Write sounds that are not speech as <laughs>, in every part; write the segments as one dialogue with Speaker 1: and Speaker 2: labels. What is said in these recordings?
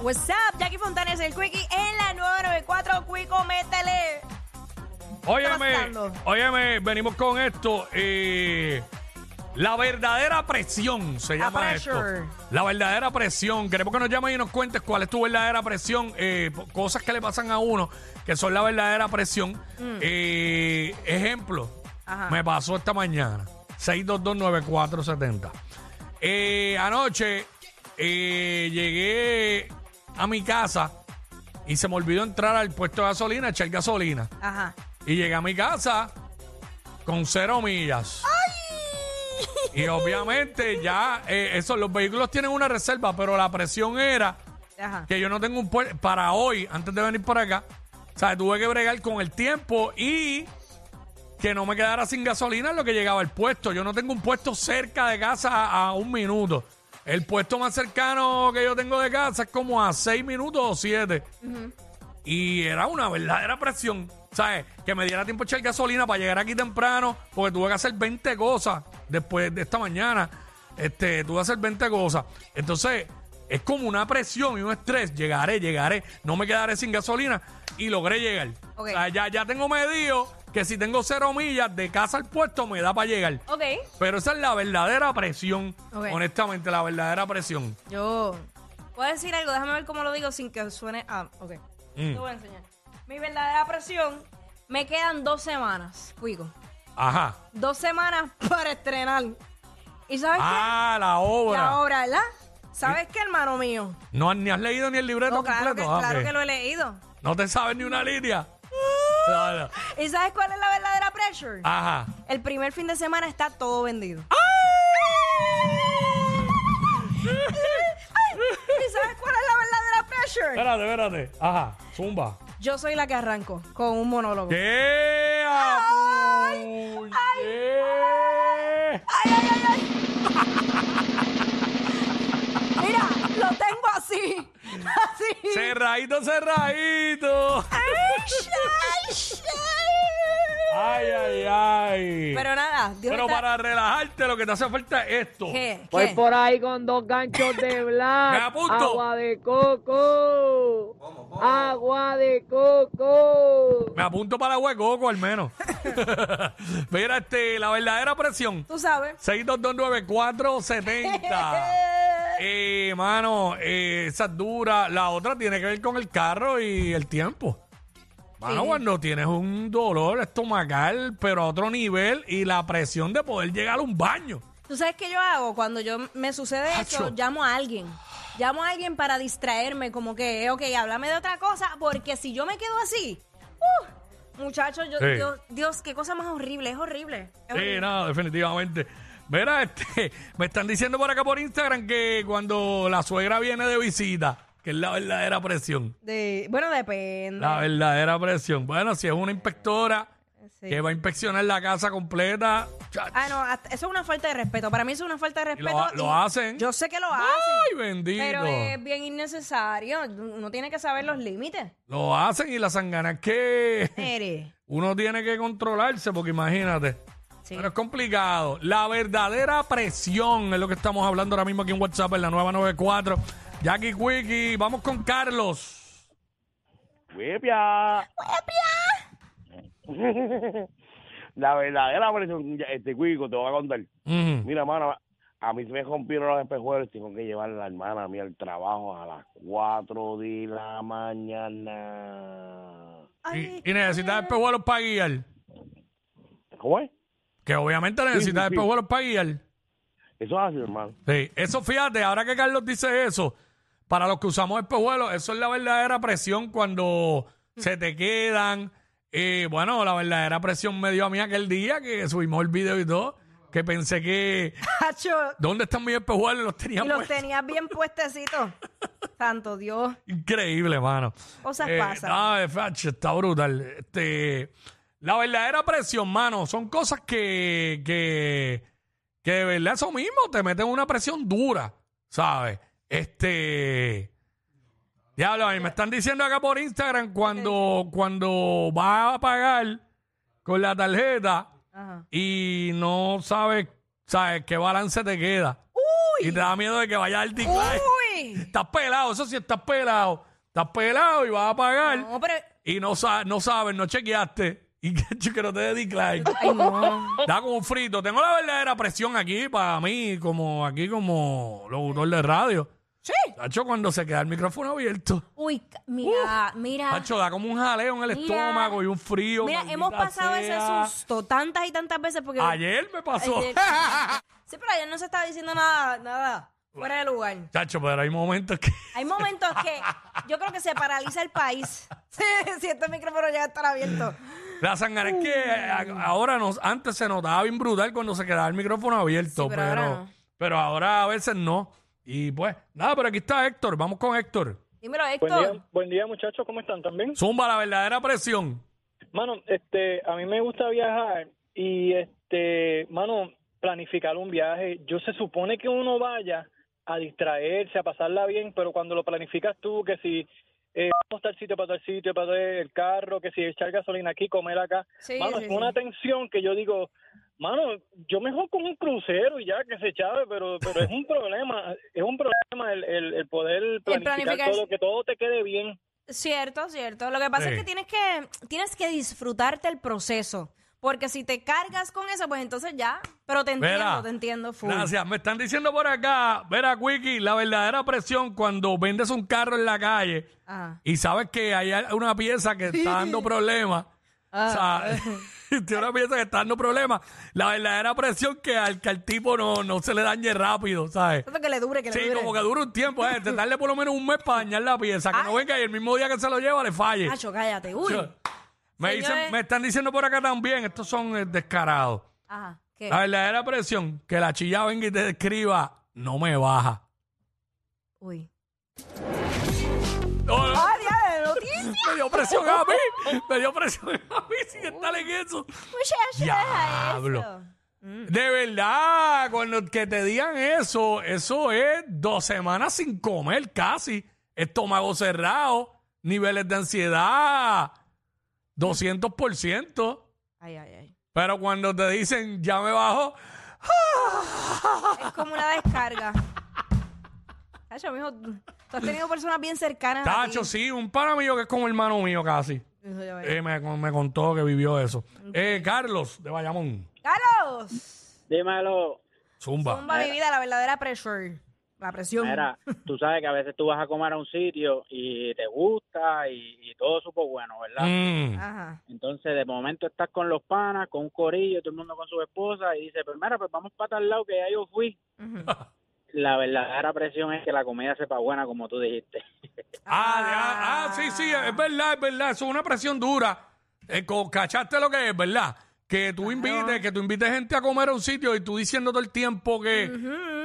Speaker 1: What's up, Jackie Fontanes, el Quickie en la 994. Quico, métele.
Speaker 2: Óyeme,
Speaker 1: pasando?
Speaker 2: óyeme, venimos con esto. eh, la verdadera presión se llama esto.
Speaker 1: pressure.
Speaker 2: La verdadera presión. Queremos que nos llames y nos cuentes cuál es tu verdadera presión. eh, po- cosas que le pasan a uno que son la verdadera presión. Eh, ejemplo,
Speaker 1: Ajá.
Speaker 2: me pasó esta mañana. 6229470. Eh, anoche eh, llegué a mi casa y se me olvidó entrar al puesto de gasolina, echar gasolina.
Speaker 1: Ajá.
Speaker 2: Y llegué a mi casa con cero millas. Y obviamente ya, eh, eso, los vehículos tienen una reserva, pero la presión era
Speaker 1: Ajá.
Speaker 2: que yo no tengo un puer- para hoy, antes de venir para acá. O sea, tuve que bregar con el tiempo y que no me quedara sin gasolina en lo que llegaba el puesto. Yo no tengo un puesto cerca de casa a, a un minuto. El puesto más cercano que yo tengo de casa es como a seis minutos o siete. Y era una verdadera presión. ¿Sabes? Que me diera tiempo a echar gasolina para llegar aquí temprano, porque tuve que hacer 20 cosas después de esta mañana. Este, tuve que hacer 20 cosas. Entonces, es como una presión y un estrés. Llegaré, llegaré, no me quedaré sin gasolina. Y logré llegar.
Speaker 1: Ok.
Speaker 2: O sea, ya, ya tengo medido que si tengo cero millas de casa al puesto me da para llegar.
Speaker 1: Ok.
Speaker 2: Pero esa es la verdadera presión.
Speaker 1: Ok.
Speaker 2: Honestamente, la verdadera presión.
Speaker 1: Yo. Voy a decir algo, déjame ver cómo lo digo sin que suene. Ah, ok.
Speaker 2: Mm.
Speaker 1: Te voy a enseñar. Mi verdadera presión. Me quedan dos semanas, Quico.
Speaker 2: Ajá.
Speaker 1: Dos semanas <laughs> para estrenar. ¿Y sabes
Speaker 2: Ah, la
Speaker 1: qué?
Speaker 2: obra.
Speaker 1: La obra, ¿verdad? ¿Sabes qué, hermano mío?
Speaker 2: No, ni has leído ni el libreto
Speaker 1: No, claro, que,
Speaker 2: completo. Ah,
Speaker 1: claro
Speaker 2: ok.
Speaker 1: que lo he leído.
Speaker 2: No te sabes ni una línea. No, no.
Speaker 1: ¿Y sabes cuál es la verdadera pressure?
Speaker 2: Ajá.
Speaker 1: El primer fin de semana está todo vendido. Ay, ¿Y sabes cuál es la verdadera pressure?
Speaker 2: Espérate, espérate. Ajá. Zumba.
Speaker 1: Yo soy la que arranco con un monólogo.
Speaker 2: ¿Qué?
Speaker 1: Ay,
Speaker 2: Apuñe.
Speaker 1: Mira, lo tengo así. Así.
Speaker 2: Cerradito, cerradito.
Speaker 1: Ay, shay, shay.
Speaker 2: Ay, ay, ay.
Speaker 1: Pero nada, Dios
Speaker 2: Pero
Speaker 1: está-
Speaker 2: para relajarte lo que te hace falta es esto.
Speaker 1: ¿Qué?
Speaker 3: Voy
Speaker 1: ¿Qué?
Speaker 3: Pues por ahí con dos ganchos
Speaker 2: <laughs>
Speaker 3: de
Speaker 2: Me
Speaker 3: black.
Speaker 2: apunto.
Speaker 3: Agua de coco. Agua de coco.
Speaker 2: Me apunto para agua de coco al menos. <laughs> Mira, este, la verdadera
Speaker 1: <laughs>
Speaker 2: presión.
Speaker 1: Tú sabes.
Speaker 2: 6229470. Eh, mano, eh, esa es dura. La otra tiene que ver con el carro y el tiempo. Mano,
Speaker 1: Sí.
Speaker 2: cuando tienes un dolor estomacal, pero a otro nivel, y la presión de poder llegar a un baño.
Speaker 1: ¿Tú sabes qué yo hago? Cuando yo me sucede eso,
Speaker 2: Hacho.
Speaker 1: llamo a alguien. Llamo a alguien para distraerme, como que, ok, háblame de otra cosa, porque si yo me quedo así, uh, muchachos, yo,
Speaker 2: Sí.
Speaker 1: Dios, Dios, qué cosa más horrible, es horrible. es
Speaker 2: Sí,
Speaker 1: horrible.
Speaker 2: no, definitivamente. Mira, este, <laughs> me están diciendo por acá por Instagram que cuando la suegra viene de visita, que es la verdadera presión.
Speaker 1: De- bueno, depende.
Speaker 2: La verdadera presión. Bueno, si es una inspectora
Speaker 1: Sí.
Speaker 2: que va a inspeccionar la casa completa, chach,
Speaker 1: Ah, no, hasta- eso es una falta de respeto. Para mí eso es una falta de
Speaker 2: Y lo
Speaker 1: respeto.
Speaker 2: ha- lo hacen. ¡Ah!
Speaker 1: Yo sé que lo hacen.
Speaker 2: ¡Ay, bendito!
Speaker 1: Pero eh, es bien innecesario. Uno tiene que saber los límites.
Speaker 2: lo hacen y la sangana es que...
Speaker 1: Mire.
Speaker 2: Uno tiene que controlarse porque imagínate.
Speaker 1: Sí.
Speaker 2: Pero es complicado. La verdadera presión es lo que estamos hablando ahora mismo aquí en WhatsApp en la nueva 94. Jackie Quickie, vamos con Carlos.
Speaker 4: ¡Huepia! ¡Huepia! la verdadera presión, ya, este cuico, te voy a contar.
Speaker 2: Mm.
Speaker 4: Mira, mano, a mí se me rompieron los espejuelos, tengo que llevar a la hermana mía al trabajo a las 4 de la mañana.
Speaker 1: Ay,
Speaker 2: Y, y necesitas espejuelos para guiar.
Speaker 4: ¿Cómo es?
Speaker 2: Que obviamente necesitas
Speaker 4: sí.
Speaker 2: espejuelos para guiar.
Speaker 4: Eso es así, hermano.
Speaker 2: Sí. Eso fíjate, ahora que Carlos dice eso, para los que usamos espejuelos, eso es la verdadera presión cuando se te quedan. Eh, bueno, la verdadera presión me dio a mí aquel día que subimos el video y todo, que pensé que...
Speaker 1: Hacho,
Speaker 2: ¿Dónde están mis espejuelos? Los tenía
Speaker 1: Y los <laughs>
Speaker 2: puestos.
Speaker 1: tenías bien puestecitos. Santo Dios.
Speaker 2: Increíble, mano.
Speaker 1: Cosas
Speaker 2: Eh,
Speaker 1: pasan.
Speaker 2: ah, facho, está brutal. Este, la verdadera presión, mano, son cosas que, que, que de verdad eso mismo te meten una presión dura, ¿sabes? Este. Diablo, a mí me están diciendo acá por Instagram cuando, cuando vas a pagar con la tarjeta
Speaker 1: Ajá.
Speaker 2: y no sabes, ¿sabes qué balance te queda? Y te da miedo de que vaya al decline.
Speaker 1: ¡Uy!
Speaker 2: Estás pelado, eso sí, estás pelado. Estás pelado y vas a pagar.
Speaker 1: No, pero.
Speaker 2: Y no, sa- no sabes, no chequeaste. <laughs> Y que que no te dé decline.
Speaker 1: Ay, no.
Speaker 2: Da como un frito. Tengo la verdadera presión aquí para mí, como aquí como locutor de radio.
Speaker 1: Sí.
Speaker 2: Tacho, cuando se queda el micrófono abierto.
Speaker 1: <laughs> Uy, ca- mira, mira.
Speaker 2: Tacho, da como un jaleo en el
Speaker 1: Ah. Mira.
Speaker 2: estómago y un frío.
Speaker 1: Mira,
Speaker 2: maldita
Speaker 1: hemos pasado
Speaker 2: sea.
Speaker 1: ese susto tantas y tantas veces porque.
Speaker 2: Ayer me pasó.
Speaker 1: <laughs> Ayer- sí, pero ayer no se estaba diciendo nada, nada fuera de lugar.
Speaker 2: Chacho, pero hay momentos que...
Speaker 1: Hay momentos que yo creo que se paraliza el país. <laughs> si este micrófono llega a estar abierto.
Speaker 2: La sangre es que eh, a- ahora nos, antes se notaba bien brutal cuando se quedaba el micrófono abierto,
Speaker 1: Sí,
Speaker 2: pero,
Speaker 1: pero
Speaker 2: pero,
Speaker 1: ahora
Speaker 2: ahora
Speaker 1: no.
Speaker 2: a veces no. Y pues, nada, pero aquí está Héctor, vamos con Héctor.
Speaker 1: Dímelo,
Speaker 5: Buen
Speaker 1: Héctor.
Speaker 5: día, buen día muchachos, ¿cómo están también?
Speaker 2: Zumba la verdadera presión.
Speaker 5: Mano, este, a mí me gusta viajar y este, mano, planificar un viaje, yo se supone que uno vaya a distraerse, a pasarla bien, pero cuando lo planificas tú, que si eh, vamos tal sitio para tal sitio, para tal- el carro, que si echar gasolina aquí, comer acá,
Speaker 1: Sí,
Speaker 5: mano,
Speaker 1: sí,
Speaker 5: es
Speaker 1: sí.
Speaker 5: una tensión que yo digo, mano, yo mejor con un crucero y ya que se chave, pero, pero es un problema, es un problema el, el, el poder planificar,
Speaker 1: planificar-
Speaker 5: todo, que todo te quede bien.
Speaker 1: Cierto, cierto. Lo que pasa
Speaker 2: Sí.
Speaker 1: es que tienes que tienes que disfrutarte el proceso, porque si te cargas con eso, pues entonces ya. Pero te entiendo,
Speaker 2: Mira,
Speaker 1: te entiendo full.
Speaker 2: Gracias, me están diciendo por acá, verá, Wiki, la verdadera presión cuando vendes un carro en la calle
Speaker 1: Ajá.
Speaker 2: y sabes que hay una pieza que está dando problemas.
Speaker 1: Ah.
Speaker 2: O sea, <laughs> tiene una pieza que está dando problemas. La verdadera presión que al, que al tipo no, no se le dañe rápido, ¿sabes?
Speaker 1: Tanto que le dure, que le
Speaker 2: Sí,
Speaker 1: dure.
Speaker 2: como que dura un tiempo, eh, te darle por lo menos un mes para dañar la pieza, que
Speaker 1: Ah.
Speaker 2: no venga y el mismo día que se lo lleva le falle.
Speaker 1: Acho, cállate. Uy.
Speaker 2: Yo- me,
Speaker 1: Ah, Señores.
Speaker 2: dicen- me están diciendo por acá también, estos son eh, descarados.
Speaker 1: Ajá. ¿Qué?
Speaker 2: La verdadera presión, que la chilla venga y te escriba, no me baja.
Speaker 1: Uy.
Speaker 2: No, no,
Speaker 1: ¡Ay, ya, noticia!
Speaker 2: me dio presión a mí, me dio presión a mí sin estar en eso.
Speaker 1: Muchacho, deja
Speaker 2: Diablo.
Speaker 1: eso.
Speaker 2: De verdad, cuando que te digan eso, eso es dos semanas sin comer casi, estómago cerrado, niveles de ansiedad, 200%.
Speaker 1: Ay, ay, ay.
Speaker 2: Pero cuando te dicen, ya me bajo,
Speaker 1: Es como una descarga. Tacho, mijo, tú has tenido personas bien cercanas. a ti.
Speaker 2: Tacho, Ah, sí, un pana mío que es como hermano mío casi.
Speaker 1: Hijo de vaya.
Speaker 2: Eh, me, me contó que vivió eso. Eh, Carlos, de Bayamón,
Speaker 1: Carlos,
Speaker 6: Dímelo.
Speaker 2: Zumba.
Speaker 1: tumba mi vida, la verdadera pressure. La presión. <laughs>
Speaker 6: Mira, tú sabes que a veces tú vas a comer a un sitio y te gusta y, y todo supo bueno, ¿verdad?
Speaker 2: Mm.
Speaker 1: Ajá.
Speaker 6: Entonces, de momento estás con los panas, con un corillo, todo el mundo con su esposa y dice, pero mira, pues vamos para tal lado que ya yo fui.
Speaker 1: Ujú.
Speaker 6: La verdadera presión es que la comida sepa buena, como tú dijiste.
Speaker 2: Ah, ah, ah, sí, sí, es verdad, es verdad. Eso es una presión dura. Eh, co- cachaste lo que es, ¿verdad? Que tú invites, que tú invites gente a comer a un sitio y tú diciendo todo el tiempo que,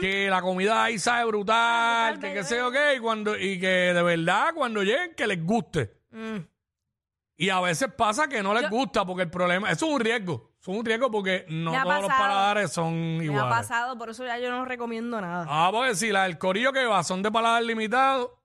Speaker 2: que la comida ahí sabe brutal, que qué sé yo qué, y, cuando, y que de verdad cuando lleguen que les guste.
Speaker 1: Mm.
Speaker 2: Y a veces pasa que no les
Speaker 1: Yo-
Speaker 2: gusta porque el problema, eso es un riesgo, eso es un riesgo porque no
Speaker 1: Me ha
Speaker 2: todos los
Speaker 1: pasado.
Speaker 2: paladares son
Speaker 1: Me ha
Speaker 2: iguales.
Speaker 1: pasado, por eso ya yo no recomiendo nada.
Speaker 2: Ah, porque si la, el corillo que va son de paladar limitado,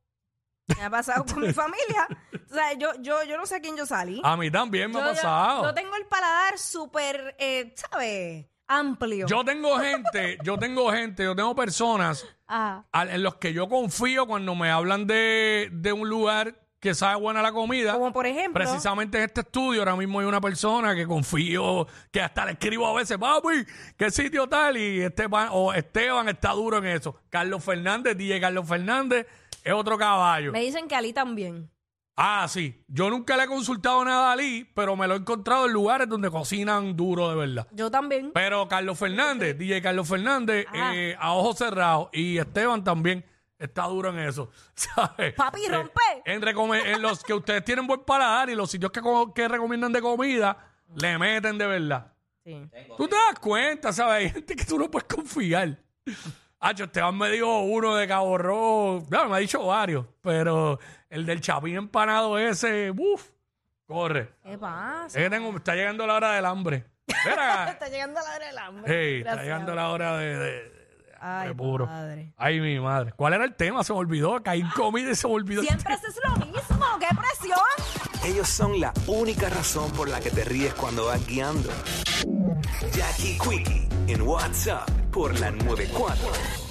Speaker 1: Me ha pasado con mi familia. O sea, yo, yo, yo no sé a quién yo salí.
Speaker 2: a mí también me
Speaker 1: yo,
Speaker 2: ha
Speaker 1: yo-
Speaker 2: pasado.
Speaker 1: yo tengo el paladar súper, eh, ¿sabes? Amplio.
Speaker 2: Yo tengo gente, yo tengo gente, yo tengo personas
Speaker 1: Ajá.
Speaker 2: al- en los que yo confío cuando me hablan de, de un lugar que sabe buena la comida.
Speaker 1: Como por ejemplo.
Speaker 2: Precisamente en este estudio ahora mismo hay una persona que confío, que hasta le escribo a veces, papi, qué sitio tal, y Esteban, o Esteban está duro en eso. Carlos Fernández, DJ Carlos Fernández, es otro caballo.
Speaker 1: Me dicen que Ali también.
Speaker 2: Ah, sí. Yo nunca le he consultado nada a Ali, pero me lo he encontrado en lugares donde cocinan duro de verdad.
Speaker 1: Yo también.
Speaker 2: Pero Carlos Fernández, DJ Carlos Fernández,
Speaker 1: Ajá.
Speaker 2: eh, a ojos cerrados, y Esteban también está duro en eso, <laughs> ¿sabes?
Speaker 1: Papi,
Speaker 2: Eh,
Speaker 1: rompe.
Speaker 2: en, recome- en los que ustedes tienen buen paladar y los sitios que, co- que recomiendan de comida, le meten de verdad.
Speaker 1: Sí.
Speaker 2: Tú te das cuenta, ¿sabes? Hay gente que tú no puedes confiar. Hacho, Esteban me dijo uno de Cabo Rojo. Claro, me ha dicho varios, pero el del chapín empanado ese, uff, corre.
Speaker 1: ¿Qué pasa?
Speaker 2: Es que tengo- está llegando la hora del hambre. Espera.
Speaker 1: Está llegando la hora del hambre.
Speaker 2: Ey, eh, está
Speaker 1: Pues, Gracias.
Speaker 2: llegando la hora de, de-
Speaker 1: Ay,
Speaker 2: de puro.
Speaker 1: padre.
Speaker 2: Ay, mi madre. ¿Cuál era el tema? Se me olvidó. Caí en comida y se me olvidó.
Speaker 1: Siempre haces lo mismo. ¡Qué presión!
Speaker 7: Ellos son la única razón por la que te ríes cuando vas guiando. Jackie Quickie en WhatsApp por la 94.